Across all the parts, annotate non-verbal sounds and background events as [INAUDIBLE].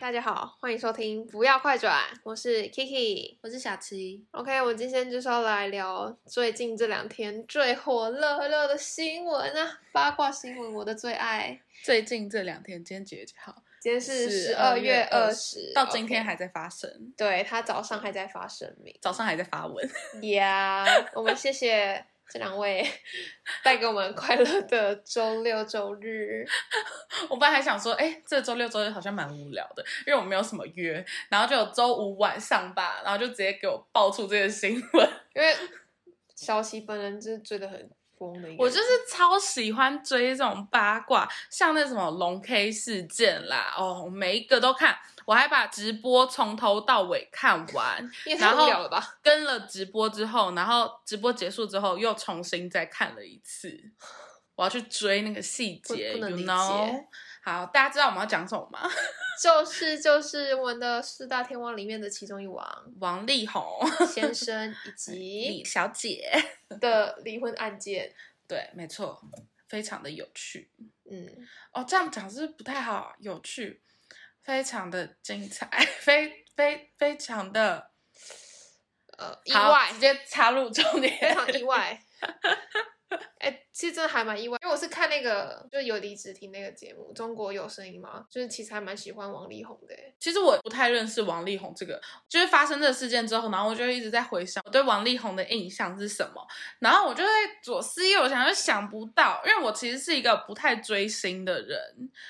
大家好，欢迎收听《不要快转》，我是 Kiki。我是小七， OK，我今天就是要来聊最近这两天最火热热的新闻啊，八卦新闻，我的最爱。最近这两天，今天几月几号？今天是十二12月月二十20，到今天 OK 还在发生，对他早上还在发声明。早上还在发文。 [LAUGHS] 呀、我们谢谢这两位带给我们快乐的周六周日。我本来还想说，哎、这周六周日好像蛮无聊的，因为我没有什么约，然后就有周五晚上吧，然后就直接给我爆出这个新闻。 [LAUGHS] 因为小琪本人就是追的很疯的一个人，我就是超喜欢追这种八卦，像那什么龙 K 事件啦，哦，我每一个都看，我还把直播从头到尾看完，你也太然无后聊了吧？跟了直播之后，然后直播结束之后又重新再看了一次。我要去追那个细不节不能，you 理 know 解。。好，大家知道我们要讲什么吗？就是就是我们的四大天王里面的其中一王王力宏 [LAUGHS] 先生以李 [LAUGHS] 及小姐，的离婚案件。对，没错，非常的有趣嗯，哦。这样讲是不是不太好，有趣，非常的精彩， [LAUGHS] 非非非常的呃，意好外直，接插入重非点。常意外。哎、其实真的还蛮意外，因为我是看那个就是有离职听那个节目《中国有声音》嘛，就是其实还蛮喜欢王力宏的。欸其实我不太认识王力宏这个，就是发生这个事件之后，然后我就一直在回想我对王力宏的印象是什么，然后我就在左思右想，就想不到，因为我其实是一个不太追星的人，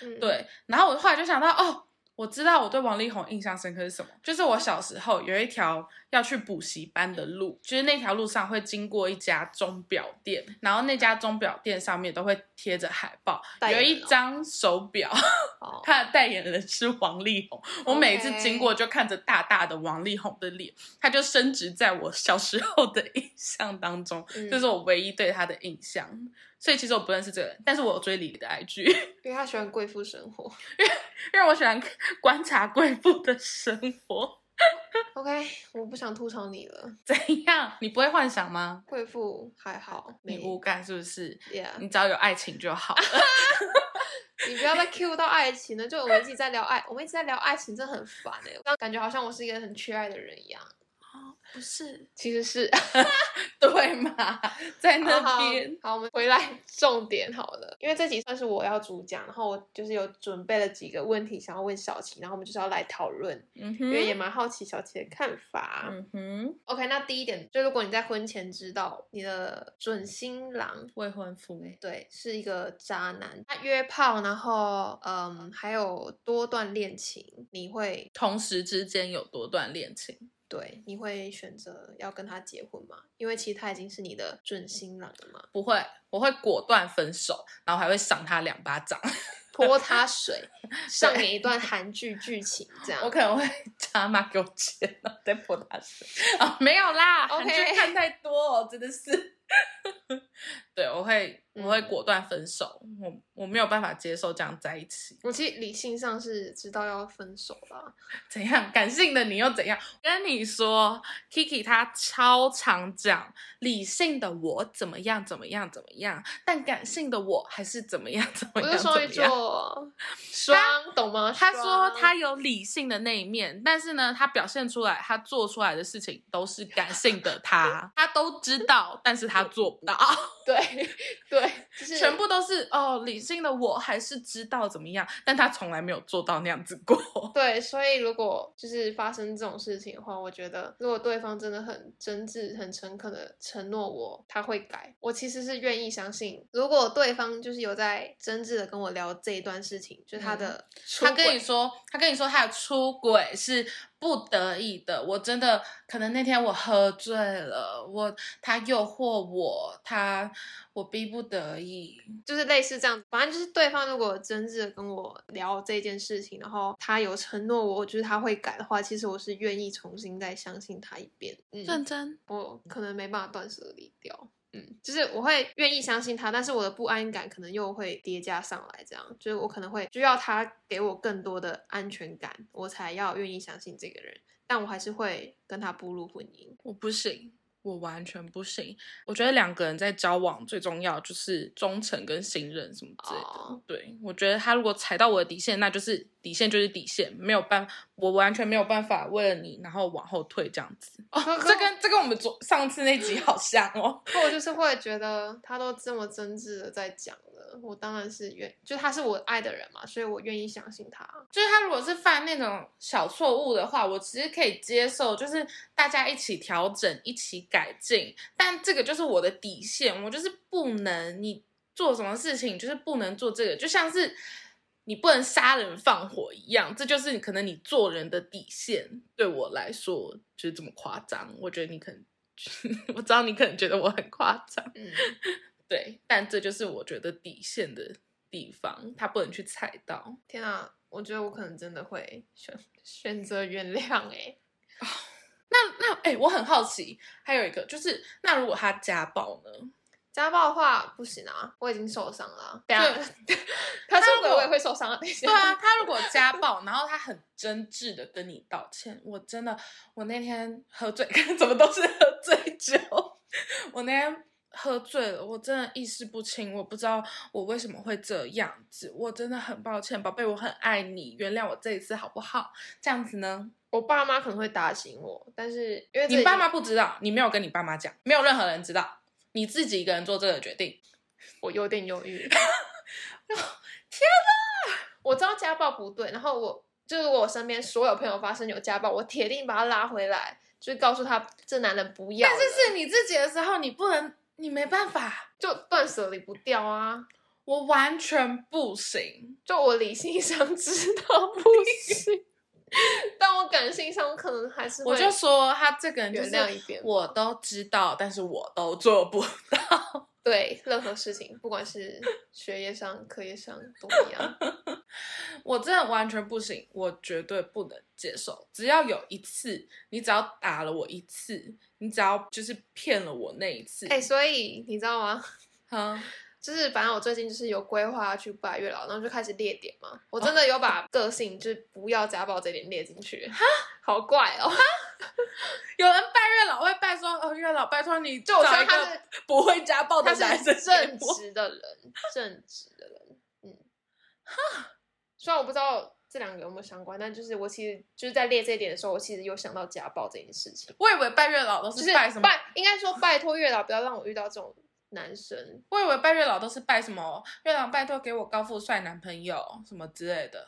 嗯，，对，然后我后来就想到，哦，我知道我对王力宏印象深刻是什么，就是我小时候有一条要去补习班的路，就是那条路上会经过一家钟表店，然后那家钟表店上面都会贴着海报，代有言一人哦张手表。 [LAUGHS] 哦，他的代言人是王力宏，我每次经过就看着大大的王力宏的脸，他就升值在我小时候的印象当中，嗯这是我唯一对他的印象。所以其实我不认识这个人，但是我有追李的 [LAUGHS] IG，因因为他喜欢贵妇生活。为我喜欢观察贵妇的生活。 [LAUGHS] OK，我不想吐槽你了，怎样？你不会幻想吗？贵妇还好，你没无感是不是？ Yeah， [LAUGHS] 你只要有爱情就好了。你不要再 cue 到爱情了，就我们一直在聊爱，我们一直在聊爱情，真的很烦哎、欸，感觉好像我是一个很缺爱的人一样。不是，其实是 [LAUGHS] 对嘛？在好好 [LAUGHS] 那边，好，我们回来 [LAUGHS] 重点好了，因为这集算是我要主讲，然后我就是有准备了几个问题想要问小琪，然后我们就是要来讨论，嗯因为哼，也蛮好奇小琪的看法。嗯哼， OK，那第一点就如果你在婚前知道你的准新郎未婚夫。对，是一个渣男。他约炮，然后嗯，还有多段恋情，你会同时之间有多段恋情？对，你会选择要跟他结婚吗？因为其实他已经是你的准新郎了嘛，不会，我会果断分手，然后还会赏他两巴掌。 [LAUGHS] 泼他水，上演一段韩剧剧情这样。我可能会叫他妈给我钱，然后再泼他水。啊、没有啦 OK 韩剧看太多、哦，真的是。 [LAUGHS] 对，我会，嗯我会果断分手。我我没有办法接受这样在一起。 [LAUGHS] 我其实理性上是知道要分手啦，怎样？感性的你又怎样？跟你说，Kiki 他超常讲，理性的我怎么样怎么样怎么样，但感性的我还是怎么样怎我么样是怎双么鱼样。啊座，双懂吗？他说双他有理性的那一面，但是呢，他表现出来，他做出来的事情都是感性的他，他都知道，但是他做不到，对 [LAUGHS] 对，就是全部都是哦，理性的我还是知道怎么样，但他从来没有做到那样子过。对，所以如果就是发生这种事情的话，我觉得如果对方真的很真挚、很诚恳的承诺我他会改，我其实是愿意相信。如果对方就是有在真挚的跟我聊这一段事情，就是他的出轨、嗯他跟你说，他跟你说他的出轨是不得已的。我真的可能那天我喝醉了，我他诱惑我，他我逼不得已。就是类似这样，反正就是对方如果真挚的跟我聊这件事情，然后他有承诺我，我觉得他会改的话，其实我是愿意重新再相信他一遍。嗯认，真，我可能没办法断舍离掉。嗯，就是我会愿意相信他，但是我的不安感可能又会叠加上来，这样就是我可能会需要他给我更多的安全感，我才要愿意相信这个人。但我还是会跟他步入婚姻。我不行，我完全不行。我觉得两个人在交往最重要就是忠诚跟信任什么之类的。哦对，我觉得他如果踩到我的底线，那就是底线就是底线，没有办，我完全没有办法为了你然后往后退这样子。哦，可可 [LAUGHS] 这跟这跟我们昨上次那集好像哦。可我就是会觉得他都这么真挚的在讲了，我当然是愿，就他是我爱的人嘛，所以我愿意相信他。就是他如果是犯那种小错误的话，我其实可以接受，就是大家一起调整，一起改进。但这个就是我的底线，我就是不能你做什么事情就是不能做这个，就像是你不能杀人放火一样，这就是你可能你做人的底线。对我来说就是这么夸张，我觉得你可能， [LAUGHS] 我知道你可能觉得我很夸张，嗯，对，但这就是我觉得底线的地方，他不能去踩到。 [LAUGHS] 天啊，我觉得我可能真的会选选择原谅哎、那那哎、我很好奇，还有一个就是，那如果他家暴呢？家暴的话不行啊，我已经受伤了啊。等一对下， [LAUGHS] 他他说如果的我也会受伤啊。等一下，对啊，他如果 [LAUGHS] 家暴，然后他很真挚的跟你道歉，我真的，我那天喝醉， [LAUGHS] 怎么都是喝醉酒， [LAUGHS] 我那天喝醉了，我真的意识不清，我不知道我为什么会这样子，我真的很抱歉，宝贝，我很爱你，原谅我这一次好不好？这样子呢，我爸妈可能会打醒我，但是因为这已你爸经妈不知道，你没有跟你爸妈讲，没有任何人知道，你自己一个人做这个决定。我有点犹豫。天 [LAUGHS] 哪！ [LAUGHS] 我知道家暴不对，然后我就是我身边所有朋友发生有家暴，我铁定把他拉回来，就是告诉他这男人不要了，但是是你自己的时候，你不能，你没办法，就断舍离不掉啊。我完全不行。就我理性上知道 [LAUGHS] 不行，但我感性上可能还是会我就说他这个人就原谅一是，点。我都知道，但是我都做不 [LAUGHS] 到。对任何事情，不管是学业上、课业上都一 [LAUGHS] 样。我真的完全不行，我绝对不能接受。只要有一次，你只要打了我一次，你只要就是骗了我那一次，哎、所以你知道吗？嗯，就是反正我最近就是有规划去拜月老，然后就开始列点嘛。哦我真的有把个性就是不要家暴这点列进去，好怪哦！有人拜月老会拜说，哦，月老拜托你就我找说一他个是不会家暴的他男是生给正我直的人，正直的人，嗯，哈。 [LAUGHS] 虽然我不知道这两个有没有相关，但就是我其实就是在列这一点的时候，我其实有想到家暴这件事情，我以为拜月老都就是是拜什么拜应该说拜托月老不要让我遇到这种男生，我以为拜月老都是拜什么月老拜托给我高富帅男朋友什么之类的，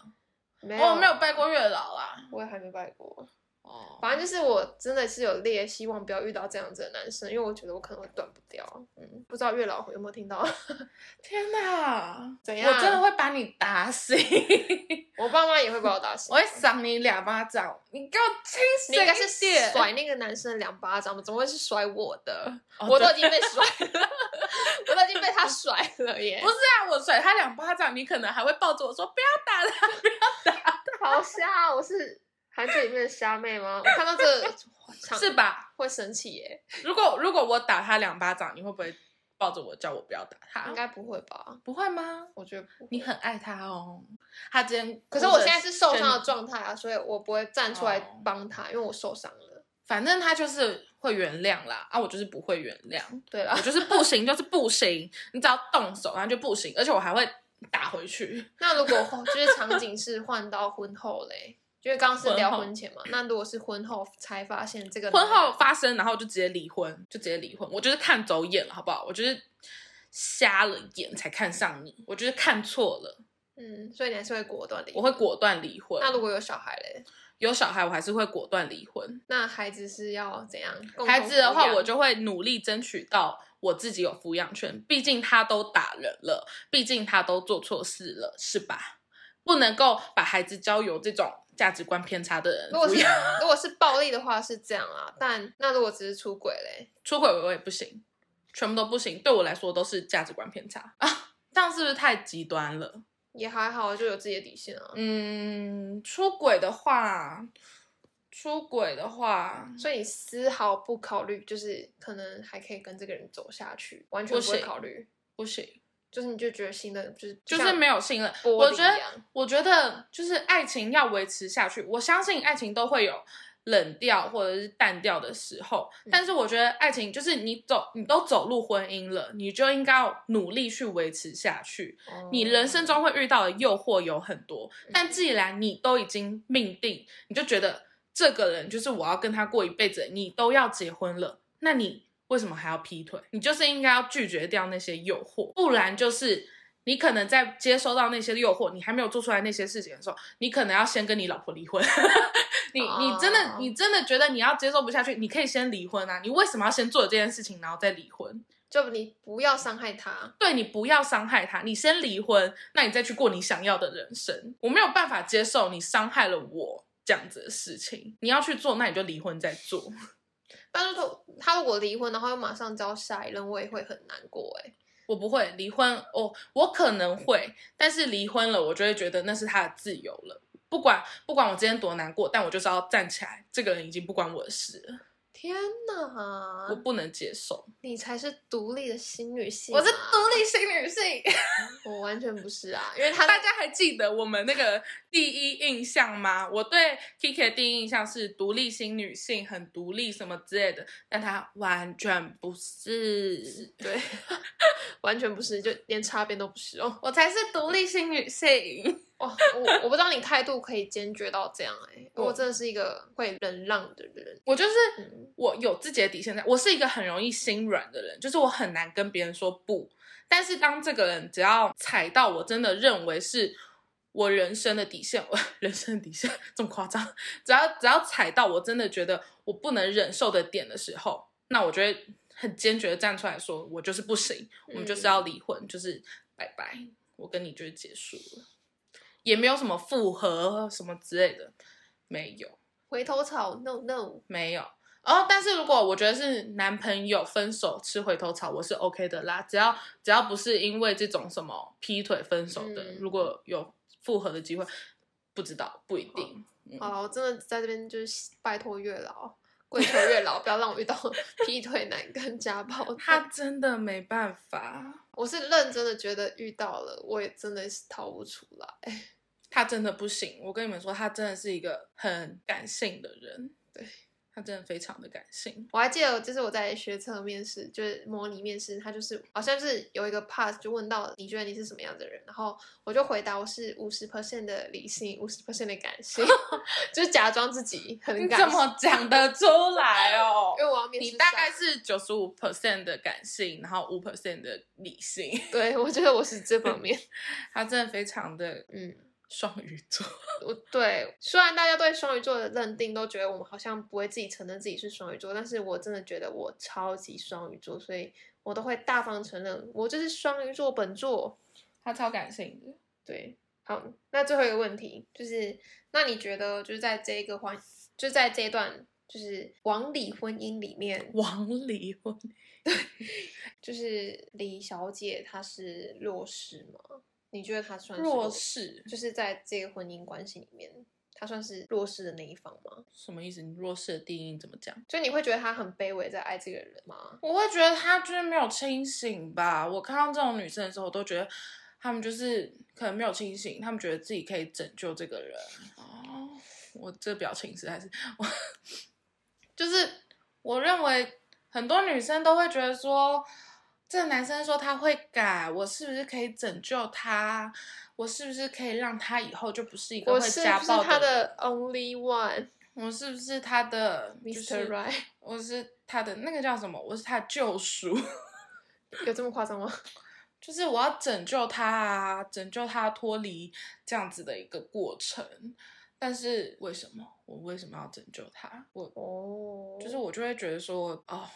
没有我、哦没有拜过月老啦。我也还没拜过。哦，反正就是我真的是有列，希望不要遇到这样子的男生，因为我觉得我可能会断不掉。嗯，不知道月老有没有听到？ [LAUGHS] 天哪，怎样？我真的会把你打醒，我爸妈也会把我打死。 [LAUGHS] 我会赏你两巴掌，你给我清你醒应该一是点。甩那个男生两巴掌吧，怎么会是甩我的？哦我都对已经被甩了， [LAUGHS] 我都已经被他甩了耶 [LAUGHS] 不！是啊，我甩他两巴掌，你可能还会抱着我说不要打他。好瞎啊，我是韩剧里面的虾妹吗？我看到这场是吧？会生气耶？如果如果我打他两巴掌，你会不会抱着我叫我不要打他？应该不会吧？不会吗？我觉得不会你很爱他哦，他今天可是我现在是受伤的状态啊，所以我不会站出来哦帮他，因为我受伤了。反正他就是会原谅啦，啊，我就是不会原 [LAUGHS] 谅，对啦我，就是不行， [LAUGHS] 就是不行，你只要动手，然后就不行，而且我还会打 [LAUGHS] 回去。那如果后就是场景是换到婚后嘞，因为刚刚是聊婚前嘛，那如果是婚后才发现这个婚后发生，然后就直接离婚，就直接离婚。我就是看走眼了，好不好？我就是瞎了眼才看上你，我就是看错了，嗯，所以你还是会果断的，我会。果断离婚。那如果有小孩嘞，有小孩，我还是会果断离婚。那孩子是要怎样？共同孩子的话，抚养我就会努力争取到我自己有抚养权。毕竟他都打人了，毕竟他都做错事了，是吧？不能够把孩子交由这种价值观偏差的人如果抚是养。如果是暴力的话是这样啊，但那如果只是出轨嘞，出轨我也不行，全部都不行，对我来说都是价值观偏差啊。这样是不是太极端了？也还好，就有自己的底线啊。嗯，出轨的话，出轨的话，所以你丝毫不考虑，就是可能还可以跟这个人走下去，完全不不会行考虑，不行，就是你就觉得新的就是就是没有，有信任。玻璃我觉得一样，我觉得就是爱情要维持下去，我相信爱情都会有冷掉或者是淡掉的时候嗯。但是我觉得爱情就是你走，你都走入婚姻了，你就应该要努力去维持下去。你哦人生中会遇到的诱惑有很多，但既然你都已经命定，你就觉得这个人就是我要跟他过一辈子，你都要结婚了，那你为什么还要劈腿？你就是应该要拒绝掉那些诱惑，不然就是。你可能在接收到那些诱惑，你还没有做出来那些事情的时候，你可能要先跟你老婆离婚。 [LAUGHS] 你你真的哦你真的觉得你要接受不下去，你可以先离婚啊！你为什么要先做这件事情，然后再离婚？就你不要伤害他，对你不要伤害他，你先离婚，那你再去过你想要的人生。我没有办法接受你伤害了我这样子的事情，你要去做，那你就离婚再做。但是他他如果离婚，然后又马上交下一任，我也会很难过哎、我不会离婚，哦，我可能会，但是离婚了，我就会觉得那是他的自由了。不管不管我今天多难过，但我就是要站起来。这个人已经不关我的事了，天哪我，不能接受。你才是独立的新女性、我是独立型女性，独，我完全不是啊，因为他大家还记得我们那个第一印象吗？我对 Kiki 的第一印象是独立型女性，很独立什么之类的，但她完全不是，对，完全不是，就连擦边都不是哦。我才是独立型女性。哇，我我不知道你态度可以坚决到这样哎、我我真的是一个会忍让的人。 [LAUGHS] 我就是嗯，我有自己的底线在，我是一个很容易心软的人，就是我很难跟别人说不。但是当这个人只要踩到我真的认为是我人生的底线，我 [LAUGHS] 人生的底线这么夸张，只要只要踩到我真的觉得我不能忍受的点的时候，那我就会很坚决的站出来说，我就是不行，我们就是要离婚，就是拜拜，我跟你就是结束了，也没有什么复合什么之类的，没有。回头草，no no，没有。哦，但是如果我觉得是男朋友分手吃回头草，我是 OK 的啦，只要只要不是因为这种什么劈腿分手的，嗯如果有复合的机会，不知道不一定。好了，我真的在这边就是拜托月老，跪求月老，不要让我遇到 [LAUGHS] 劈腿男跟家暴的。他真的没办法，我是认真的觉得遇到了，我也真的是逃不出来。他真的不行。我跟你们说，他真的是一个很感性的人，对他真的非常的感性。我还记得，就是我在学测面试，就是模拟面试，他就是好像是有一个 pass，就问到你觉得你是什么样的人，然后我就回答我是五十 percent 的理性，五十 percent 的感 [LAUGHS] 性，就是假装自己很你感怎性，么讲得出来 [LAUGHS] 哦？因为我要面试上，你大概是九十五 percent 的感性，然后五 percent 的理性。 [LAUGHS] 对我觉得我是这方面，他真的非常的嗯，双鱼座，我对，虽然大家对双鱼座的认定都觉得我们好像不会自己承认自己是双鱼座，但是我真的觉得我超级双鱼座，所以我都会大方承认我就是双鱼座本座。他超感性的。对，好，那最后一个问题就是，那你觉得就是在这一个环，就在这一段就是王李婚姻里面，王离婚，就是李小姐她是弱势吗？你觉得她算是弱？势就是在这个婚姻关系里面，她算是弱势的那一方吗？什么意思？你弱势的定义怎么讲？就你会觉得她很卑微在爱这个人吗？我会觉得他就是没有清醒吧。我看到这种女生的时候，我都觉得他们就是可能没有清醒，他们觉得自己可以拯救这个人。哦，我这表情实在是，我就是我认为很多女生都会觉得说，这个男生说他会改，我是不是可以拯救他？我是不是可以让他以后就不是一个我会是家不是暴她人？的 only one，Mr. 我是不是他的 [LAUGHS] 就是、 Right？我是他的那个叫什么？我是他的救赎。有这么夸张 [LAUGHS] 吗？就是我要拯救他啊，拯救他脱离这样子的一个过程。但是为什么我为什么要拯救他？我哦就是我就会觉得说，哦，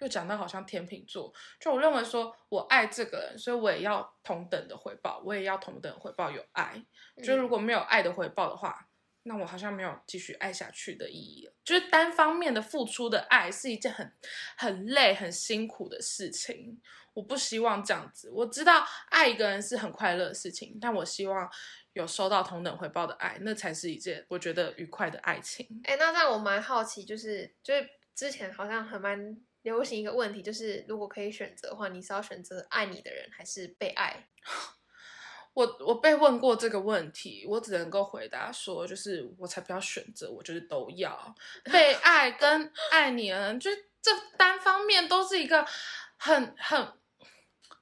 又讲到好像天秤座，就我认为说我爱这个人，所以我也要同等的回报，我也要同等的回报有爱。嗯就如果没有爱的回报的话，那我好像没有继续爱下去的意义了。就是单方面的付出的爱是一件很很累、很辛苦的事情。我不希望这样子。我知道爱一个人是很快乐的事情，但我希望有收到同等回报的爱，那才是一件我觉得愉快的爱情。哎、那让我蛮好奇，就是就是之前好像很蛮流行一个问题，就是如果可以选择的话，你是要选择爱你的人还是被爱？我我被问过这个问题，我只能够回答说，就是我才不要选择，我就是都要被爱跟爱你的人，就是这单方面都是一个很很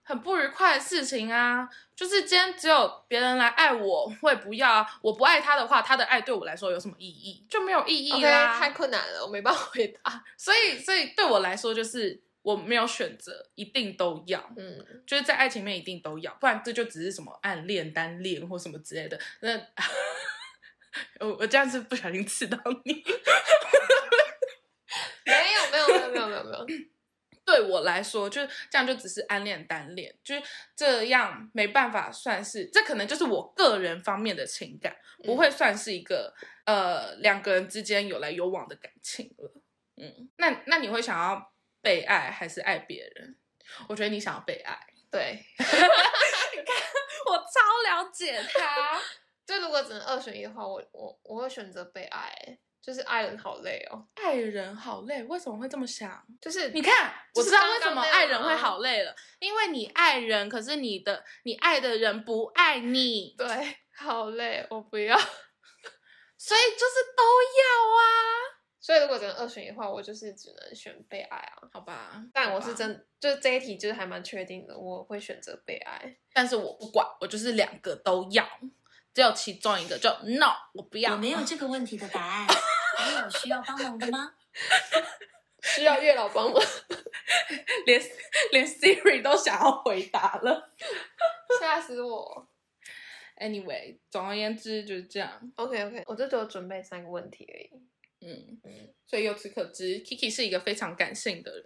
很不愉快的事情啊。就是今天只有别人来爱我，我也不要啊。我不爱他的话，他的爱对我来说有什么意义？就没有意义 OK，啦。太困难了，我没办法回 [LAUGHS] 答。所以，所以对我来说，就是我没有选择，一定都要，嗯，就是在爱情面一定都要，不然这就只是什么暗恋、单恋或什么之类的。那我我这样是不小心刺到你。 [LAUGHS] 没有，没有，没有，没有，没有，没有。对我来说，就是这样，就只是暗恋、单恋，就是这样，没办法算是，这可能就是我个人方面的情感，不会算是一个、呃两个人之间有来有往的感情了。嗯，那那你会想要被爱还是爱别人？我觉得你想要被爱， [LAUGHS] 对，我超了解他。啊就如果只能二选一的话，我我我会选择被爱、欸就是爱人好累哦，爱人好累，为什么会这么想？就是你看，我就是知道刚为什刚么那爱样人会啊好累了，因为你爱人，可是你的你爱的人不爱你，对， [LAUGHS] 好累，我不要。所以就是都要啊。所以如果只能二选一的话，我就是只能选被爱啊。好吧，但我好是吧，真，就这一题就是还蛮确定的，我会选择被爱。但是我不管，我就是两个都要，只有其中一个就 no，我不要。我没有这个问题的答案， [LAUGHS] 你有需要帮忙的吗？需要月老帮忙，连连 Siri 都想要回答了。 [LAUGHS] 吓死我。 Anyway，总而言之就是这样。 OK OK，我就只有准备三个问题而已。嗯嗯，所以由此可知，Kiki 是一个非常感性的人，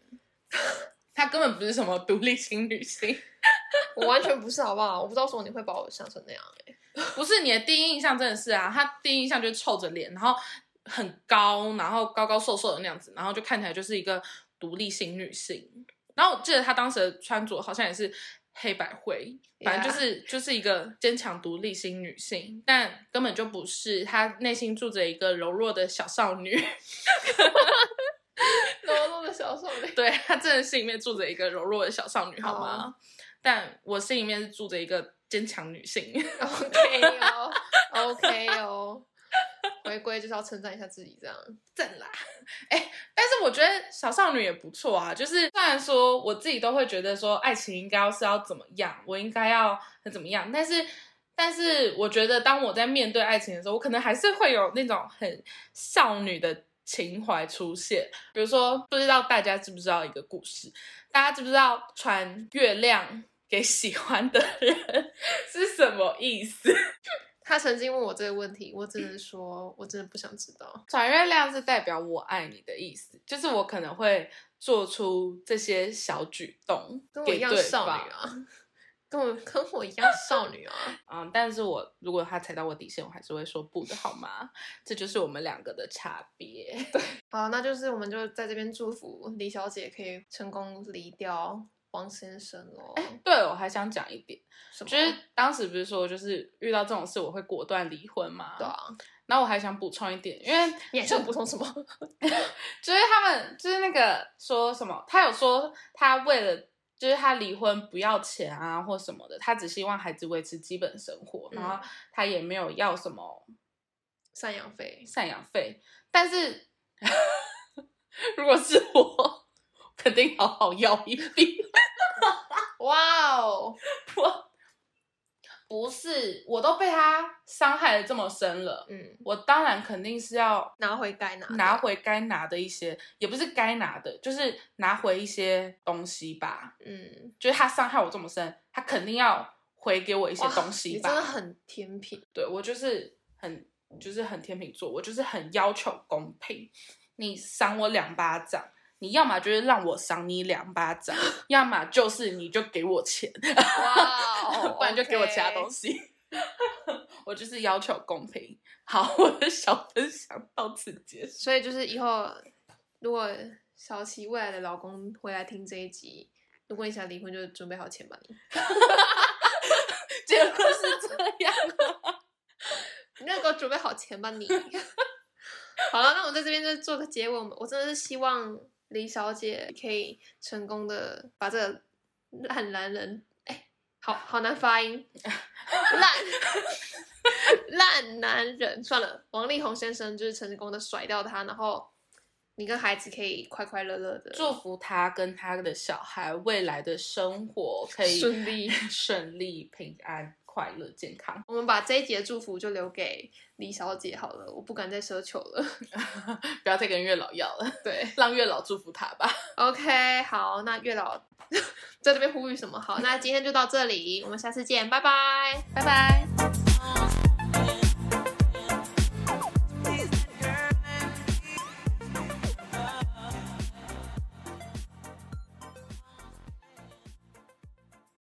[LAUGHS] 她根本不是什么独立型女性。我完全不是，好不好？我不知道为什么你会把我想成 [LAUGHS] 那样、欸。不是你的第一印象真的是啊，她第一印象就是臭着脸，然后很高，然后高高瘦瘦的那样子，然后就看起来就是一个独立型女性。然后我记得她当时的穿着好像也是黑白灰，反正就是就是一个坚强独立型女性，但根本就不是，她内心住着一个柔弱的小少女。 [LAUGHS] 柔弱的小少女，对她真的心里面住着一个柔弱的小少女，好吗但我心里面是住着一个坚强女性。 OK 哦，OK 哦，回归就是要称赞一下自己，这样正啦，哎、但是我觉得小少女也不错啊。就是虽然说我自己都会觉得说爱情应该要是要怎么样，我应该要怎么样，但是但是我觉得当我在面对爱情的时候，我可能还是会有那种很少女的情怀出现。比如说，不知道大家知不知道一个故事？大家知不知道传月亮给喜欢的人 [LAUGHS] 是什么意思？他曾经问我这个问题，我只能说，我真的不想知道。转月亮是代表我爱你的意思，就是我可能会做出这些小举动跟我给一对样方。少女啊， [LAUGHS] 跟我跟我一样少女啊。嗯，但是我如果他踩到我底线，我还是会说不的，好吗？这就是我们两个的差别。 [LAUGHS] 好，那就是我们就在这边祝福李小姐可以成功离掉王先生哦。对，我还想讲一点，什么？就是当时不是说，就是遇到这种事我会果断离婚吗？对。啊，然后我还想补充一点，因为你还想补充什么？就是他们就是那个说什么，他有说他为了就是他离婚不要钱啊或什么的，他只希望孩子维持基本生活，嗯然后他也没有要什么赡养费，赡养费。但是 [LAUGHS] 如果是我，肯定好好要一笔。哇哦，我不是，我都被他伤害的这么深了，嗯，我当然肯定是要拿回该拿的拿回该拿的一些，也不是该拿的，就是拿回一些东西吧。嗯，就是他伤害我这么深，他肯定要回给我一一些东西你真的吧。很甜 [LAUGHS] 品，对我就是很就是很天秤座，我就是很要求公平。你赏我两巴掌，你要么就是让我赏你两巴掌，要么就是你就给我钱，哇哦，不然就给我其他东西。西。 [LAUGHS] 我就是要求公平。好，我的小分享到此结束。所以就是以后如果小琪未来的老公回来听这一集，如果你想离婚，就准备好钱吧你。结论是这样。你那个准备好钱吧你。 [LAUGHS] 好了，那我在这边就做个结尾。我们我真的是希望李小姐可以成功的把这个烂男人，哎、好好难发音，烂烂男人。算了，王力宏先生就是成功的甩掉他，然后你跟孩子可以快快乐乐的祝福他跟他的小孩未来的生活可以顺利 [LAUGHS] 顺利、平安、快乐、健康。 [LAUGHS] 我们把这一节祝福就留给李小姐好了，我不敢再奢求了。不要再跟月老要了，对让月老祝福他吧。 [LAUGHS] ，OK，好，那月老 [LAUGHS] 在这边呼吁什么？好，那今天就到这里，我们下次见，拜拜，拜拜。哦